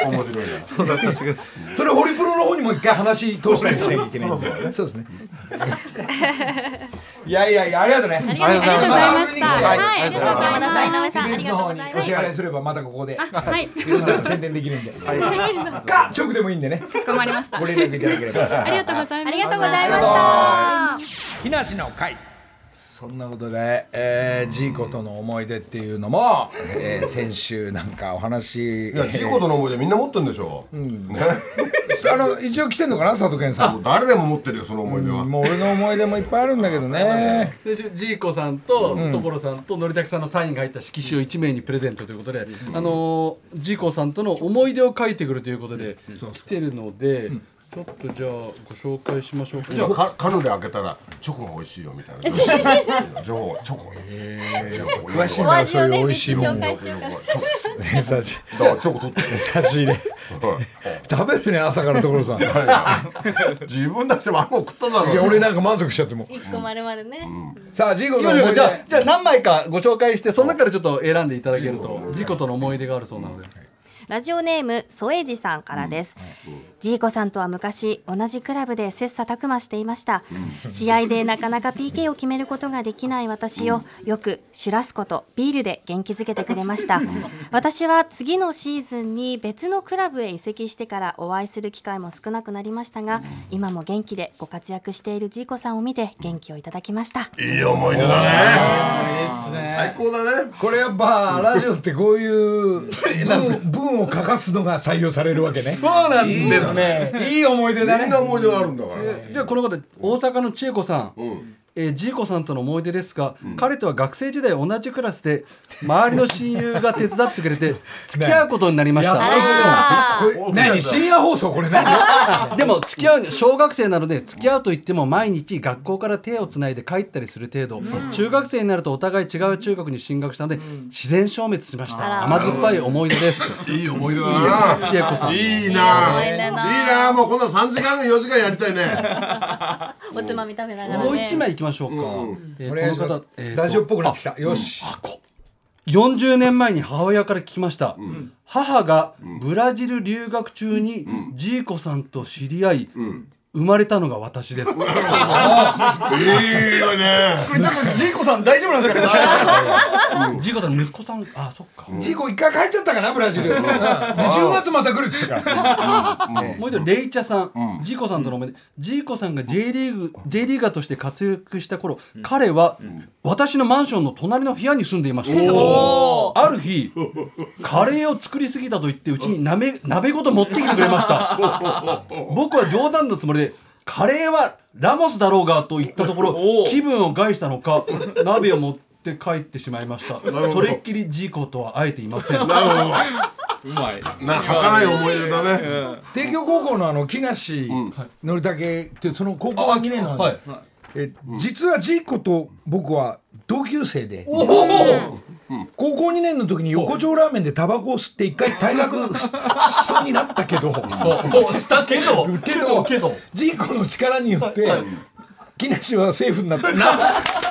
B: 面白いな
K: そうださせてくださ
H: それホリプロの方にも一回話通したりしなきゃいけないんでそうですねいやいやいやありがとうね
I: ありがとうございましたはいありがとうございました井上さんありが
H: TBS
I: とう
H: の
I: ござい
H: 方
I: ま
H: に
I: す
H: お支払いすればまたここで
M: はい
H: いろんな宣伝できる んで
M: はい
H: か直でもいいんでね
M: かしこまりました
H: ご連絡いただければ
M: ありがとうござい
I: あ
M: ました。
I: りがとうございま
H: した。木梨の会。そんなことで、えー、ジーコとの思い出っていうのも、えー、先週なんかお話い
B: いやジーコとの思い出みんな持ってるんでしょ、
H: あの一応来てんのかな佐藤健さ ん
B: 誰でも持ってるよその思い出は、
H: もう俺の思い出もいっぱいあるんだけどね
E: 先週ジーコさんと
H: うん
E: 所さんとのりたけさんのサインが入った色紙を1名にプレゼントということで、あのージーコさんとの思い出を書いてくるということで来てるので、ちょっとじゃあご紹介しましょうか。じゃ
B: 今
E: あ
B: カカヌレ開けたらチョコが美味しいよみたいな情報チョコ、
H: 詳しいなそういう美味しいもん
B: だ
H: を
B: か
H: チ
B: ョ
H: 差し
B: らチョコ取って
H: 差し入れ食べるね朝から所さん
B: 自分だってあんま食っただろ
H: いや俺なんか満足しちゃってもう
I: 一個丸々ね
H: さあジーコ
E: じ
H: の思い出
E: ゃあじゃあ何枚かご紹介してその中でちょっと選んでいただけるとジーコとの思い出があるそうなので。
I: ラジオネーム添えじさんからです、ジーコさんとは昔同じクラブで切磋琢磨していました、試合でなかなか PK を決めることができない私をよくシュラスコとビールで元気づけてくれました私は次のシーズンに別のクラブへ移籍してからお会いする機会も少なくなりましたが今も元気でご活躍しているジーコさんを見て元気をいただきました
B: いい思い出だね
H: 最
B: 高だね
H: これやっぱラジオってこういう文文を書かすのが採用されるわけね
E: そうなんですね。
H: いい思い出だねみんな思い出があるん
B: だから
E: じゃあこの方大阪の千恵子さん、えー、ジーコさんとの思い出ですが、彼とは学生時代同じクラスで周りの親友が手伝ってくれ て付き合うことになりました。
H: やっとそれもこれ何深夜放送これ何
E: でも付き合う小学生なので付き合うといっても毎日学校から手をつないで帰ったりする程度、中学生になるとお互い違う中学に進学したので、自然消滅しまし
B: あ
E: た
B: ら
E: 甘酸っぱい 思い出です
B: いい思い出だな
E: 千恵子さん
B: いいない
I: い思い
B: い
I: 出だ
B: なもうこんな3時間4時間やりたいね
I: おつまみ食べながらね
E: もう一枚いきましょうか、えー
H: お願いし
E: こ
H: ます
E: の方、えーと
H: ラジオっぽくなってきたよし
E: 40年前に母親から聞きました、母がブラジル留学中にジーコさんと知り合い、生まれたのが私です。
B: いいよね。
E: これちょっとジーコさ ん大丈夫なんですかね。ジーコさんの息子さん、あ、そっか。
H: ジーコ一回帰っちゃったかなブラジルうんで10月また来るっつってたから
E: もう一度レイチャさん、ジーコさんとの思い出、ジーコさんが J リーグ J リーガーとして活躍した頃、彼は私のマンションの隣の部屋に住んでいました。
B: お
E: あ る日カレーを作りすぎたと言ってうちに鍋鍋ごと持ってきてくれ ました僕は冗談のつもりでカレーはラモスだろうがと言ったところ気分を害した のか鍋を持って帰ってしまいました
B: ほど
E: それっきりジーコとは会えていません
B: なるほど
E: うまい
B: な儚い思い出だね
H: 帝京高校のあの木梨憲武ってその高校2年なんで、え実はジーコと僕は同級生で
L: おー
H: 高校2年の時に横丁ラーメンでタバコを吸って一回退学ししそうになったけど
E: したけど
H: けどジーコの力によって木梨はセーフになったな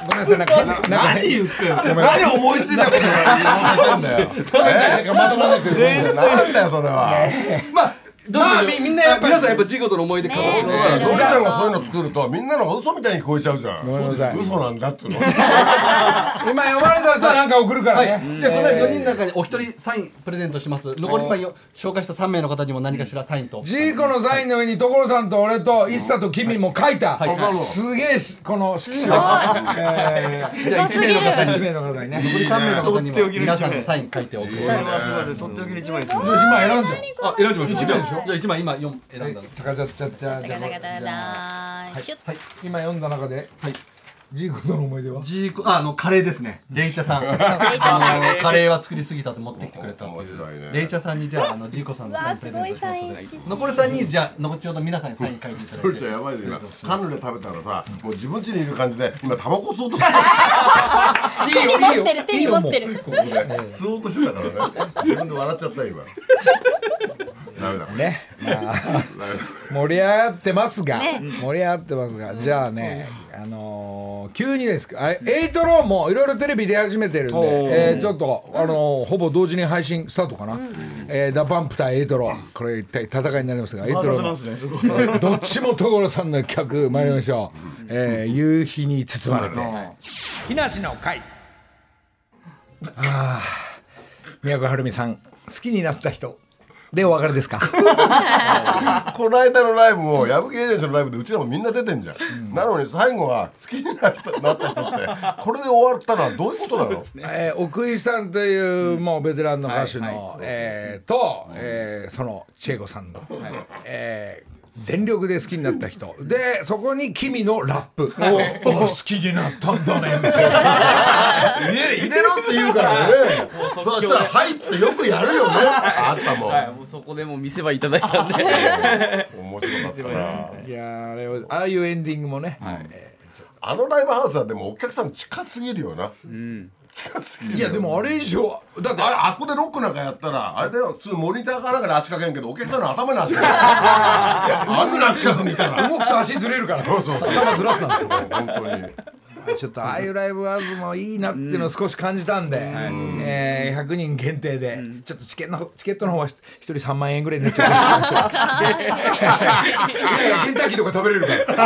H: ごめんなさいなんかなんか
L: 何言ってんの
H: ごめん
L: 何思いついたことない言おうとしてんだよ
H: なんかまとまらなくてごめんなさい
L: なんだよそれは
E: まあ
B: どうしよう
E: みみんなやっぱ皆さんやっぱジーコとの思い出変わる
B: ねえドリちゃんがそういうの作るとみんなのが嘘みたいに聞こえちゃうじゃん
H: ごめんなさい
B: 嘘なんだっつうの
H: 今呼ばれた人はなんか送るからね、
E: じゃあこの4人の中にお一人サインプレゼントします残りまあよ紹介した3名の方にも何かしらサインと
H: ジーコのサインの上に所さんと俺と一茶と君も書いた、
E: はいはい
H: すげえしこの色紙
E: すごいじゃあ一名の方に
H: 一名の方にね
E: 残り三名の方にも
H: とっておきの一枚
E: 皆さんのサイン書いておく
H: それはすいませんと
E: っておきの1枚です
H: ねすごい今選んじゃう
E: あ選んじゃいました
H: 一枚でしょ
E: じゃあ1枚今4選んだの
H: ちゃかちゃちゃちゃじゃあ
I: はいシュッ
H: はい今読んだ中で、ジーコとの思い出は
E: ジーコああのカレーですねレイチャさん
H: レイチャさん
E: あのカレーは作りすぎたと持ってきてくれたっていう
B: ね
E: レイチャさんにじゃああ のジーコさんのサインプレゼントしますの
B: うわすごいサイン
E: で残り3人じゃあ後ほど皆さんにサイン書いていただい て
B: ドリちゃんやばいです今カヌレ食べたらさもう自分家にいる感じで今タバコ吸おうとして
L: 手に持ってる手に持ってる
B: ここで吸おうとしてたからね自分で笑っちゃったよ今ダメだ
H: ねまあ盛り上がってますが、盛り上がってますがじゃあね、あのー急にですけどあれエイトローもいろいろテレビ出始めてるんで、
L: おー
H: えーちょっと、あのーほぼ同時に配信スタートかな、えーダパンプ対エイトローこれ一体戦いになりますがエイトローの
L: あそうなんですね
H: えー どっちも所さんの企画参りましょう、えー夕日に包まれて、
A: 木梨の会
H: ああ宮古晴美さん好きになった人でお別れですか
B: この間のライブも矢吹エージェンシーのライブでうちらもみんな出てんじゃん、なのに最後は好きになったなった人ってこれで終わったのはどういうことなの
H: えー奥井さんというもうベテランの歌手の、えーと、えーその千恵子さんの、えー全力で好きになった人でそこに君のラップ
L: はい
H: おお好きになったんだねみたい
B: 入れ入れろって言うからねそ
C: 即興で
B: したら「はい」っつってよくやるよねあったもん
C: はい、もうそこでもう見せ場いただいたんで
B: 面白かったない
H: やーあれはああいうエンディングもね、
B: あのライブハウスはでもお客さん近すぎるよな、近すぎるよ
H: いやでもあれ以上だって
B: あれあそこでロックなんかやったらあれだよ普通モニターかなんかで足掛けんけどお客さんの頭に足掛ける あんな近くにいたら
H: 動くと足ずれるから
B: そうそうそう
H: 頭ずらすな
B: 本当に
H: ちょっとああいうライブハウスもいいなっていうのを少し感じたんで、えー100人限定で、ちょっとチケットの方チケットの方は1人3万円ぐらいになっちゃういやいやケンタッキーとか食べれ るからディ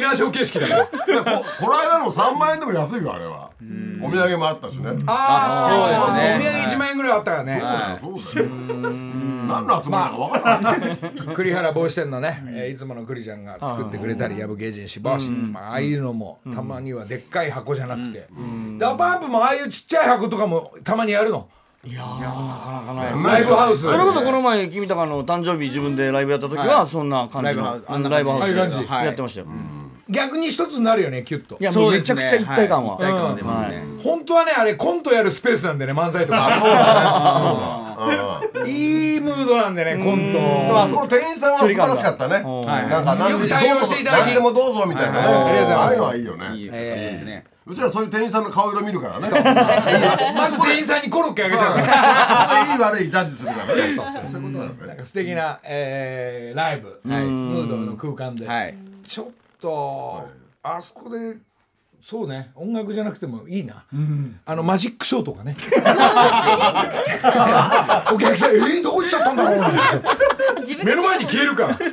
H: ナーショー形式だから
B: いやここの間の3万円でも安いよあれはお土産もあったしね
H: あー
B: そうですね
H: お土産1万円ぐらいあったからね、
B: そうだよそうだよ何の集まりだか分からない、
H: 栗原帽子店のね、えーいつもの栗ちゃんが作ってくれたり、やぶ芸人しばし、まあああいうのも、たまにはでっかい箱じゃなくて、ダパンプもああいうちっちゃい箱とかもたまにやるの。ライブハウス
J: それこそこの前君とかの誕生日自分でライブやった時
H: は
J: はいそんな感じ
H: ライ
J: の
H: ブハウスあんな感じ
J: ライブハウス
H: ああいう感じ
J: やってましたよ
H: 逆に一つになるよねキュッと
J: いやもうめちゃくちゃ一体感は
H: そうですねうん
J: はい一体感は出ますね
H: はい本当はねあれコントやるスペースなんでね漫才とかいいムードなんでねコント
B: あそこの店員さんは素晴らしかったね
H: い
B: なんか何
H: よ
B: で
H: く対応していただき
B: 何でもどうぞみたいなね
H: はいありがとうございます
B: ああいうのはいいよね
H: ですね
B: うちらそういう店員さんの顔色見るからね
H: まず店員さんにコロッケあげちゃうか
B: そこでいい悪いジャッジするからね
H: そうそう
B: そういうことなの
H: らな
B: ね
H: んか素敵なえーライブム
B: い
H: ードの空間でちょっとあそこでそうね音楽じゃなくてもいいなあのマジックショーとかねお客さんえーどこ行っちゃったんだろうなんて目の前に消える からじ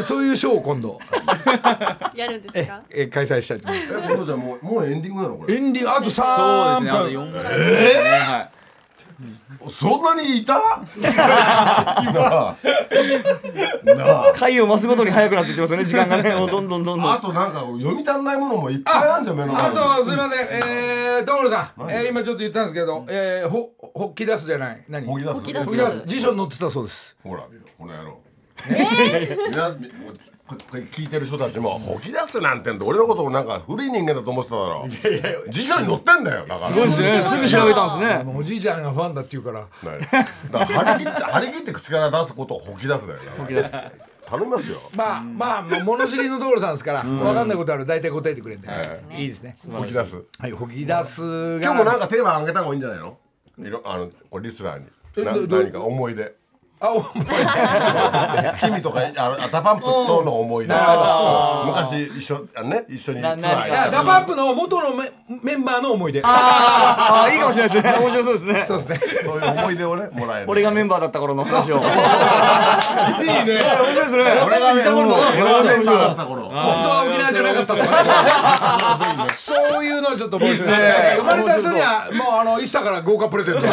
H: ゃあそういうショーを今度
I: やるんですか
H: えー開催したいと思います
B: えこのじゃもうもうエンディングなのこれ
H: エンディングあと
B: そうですねあと
H: 3
B: 四分
H: 分え
B: そんなにい た今
J: 回を増すごとに早くなっていってますよね時間がねもうどんど んどんどん
B: あとなんか読み足んないものもいっぱいあるんじゃん目の前
H: あ
B: に
H: とすいません、えー、所さん、
B: 何
H: えー今ちょっと言ったんですけど、えー、ほほっき出すじゃない何ほっ
B: き出す
H: 辞書に載ってたそうです
B: ほら見ろこの野郎みんなみもうここれ聞いてる人たちも「ほき出すなんてんで俺のことをなんか古い人間だと思ってただろ辞書に載ってんだよだから
H: すごいですねすぐ調べたん
B: ね
H: おじいちゃんがファンだって言うから
B: だから張り切って張り切って口から出すことをほき出すだよほ
H: き出す
B: 頼みますよ
H: まあまあもう物知りの所さんですから分かんないことある大体答えてくれて
B: はい
H: いいですね
B: ほき出す
H: はいほき出すが
B: 今日もなんかテーマあげた方がいいんじゃないのいろあのこれリスナーにな
H: どど
B: 何か思い出
H: あ思い
B: 出君とかあのアタパンプとの思い出
H: なるほ
B: うん昔一緒あのね一緒にツアー
H: いやダ
B: 行
H: パ
B: っ
H: ンプの元のメメンバーの思い出
J: あーあーいいかもしれないですね面白そうですね
H: そうですね
B: たそういう思い出をねもらえる
J: 俺がメンバーだった頃の話を
B: いいね面
J: 白いですね
B: 俺がね俺がメンバーだった頃
H: 本当は沖縄じゃなかったとか そういうのはちょっと覚
B: い
H: えてない
B: いですね
H: 生まれた人にはもうあの一社から豪華プレゼ ント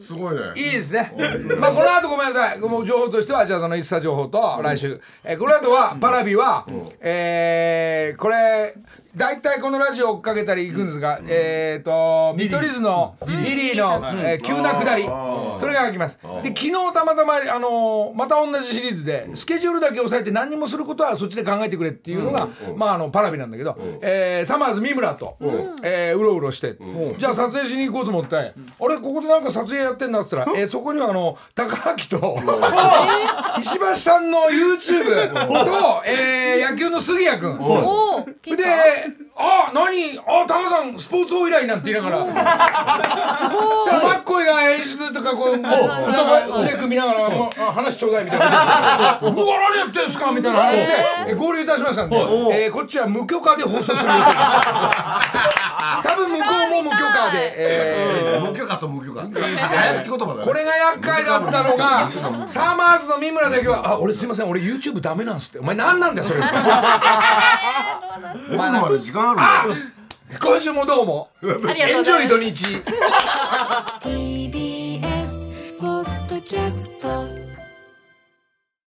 B: すごいね
H: いいですね。まあこの後ごめんなさい。もう情報としてはじゃあそのイッサ情報と来週。えーこの後はパラビは、えーこれ。大体このラジオ追っかけたり行くんですが、えっ、と、見取り図のリリーの、えー急な下り、それが開きます。で、昨日たまたま、あのーまた同じシリーズで、スケジュールだけ抑えて何にもすることはそっちで考えてくれっていうのが、まああの、パラビなんだけど、えーサマーズ三村と、えーうろうろして、じゃあ撮影しに行こうと思って、あれ、ここでなんか撮影やってんだって言ったら、えーそこにはあの、高明と、 石橋さんの YouTube と、えー野球の杉谷君。
L: おー
H: で、あ、何、あ、タカさん、スポーツ王以来なんて言いながら。 そしたら、マッコイが演出とか、こう、お互い腕組みながら、もうあ話ちょうだいみた いな。うわ、何やってんすかみたいな話で、え合流いたしましたんで、えーこっちは無許可で放送する予定です。多分向こうも無許可で、え
B: 無許可と無許可早口言葉だよ
H: これが厄介だったのがサマーズの三村だけは「あ俺すいません俺 YouTube ダメなんす」って「お前何なん だよそれ」
B: 5分まで時間あるんだよ
H: 今週もどうも
L: ありがと
H: エ
L: うご
H: ンジ
L: ざ
H: ョ
L: い
H: イ
L: ます TBS
H: 土日
L: ポッドキャスト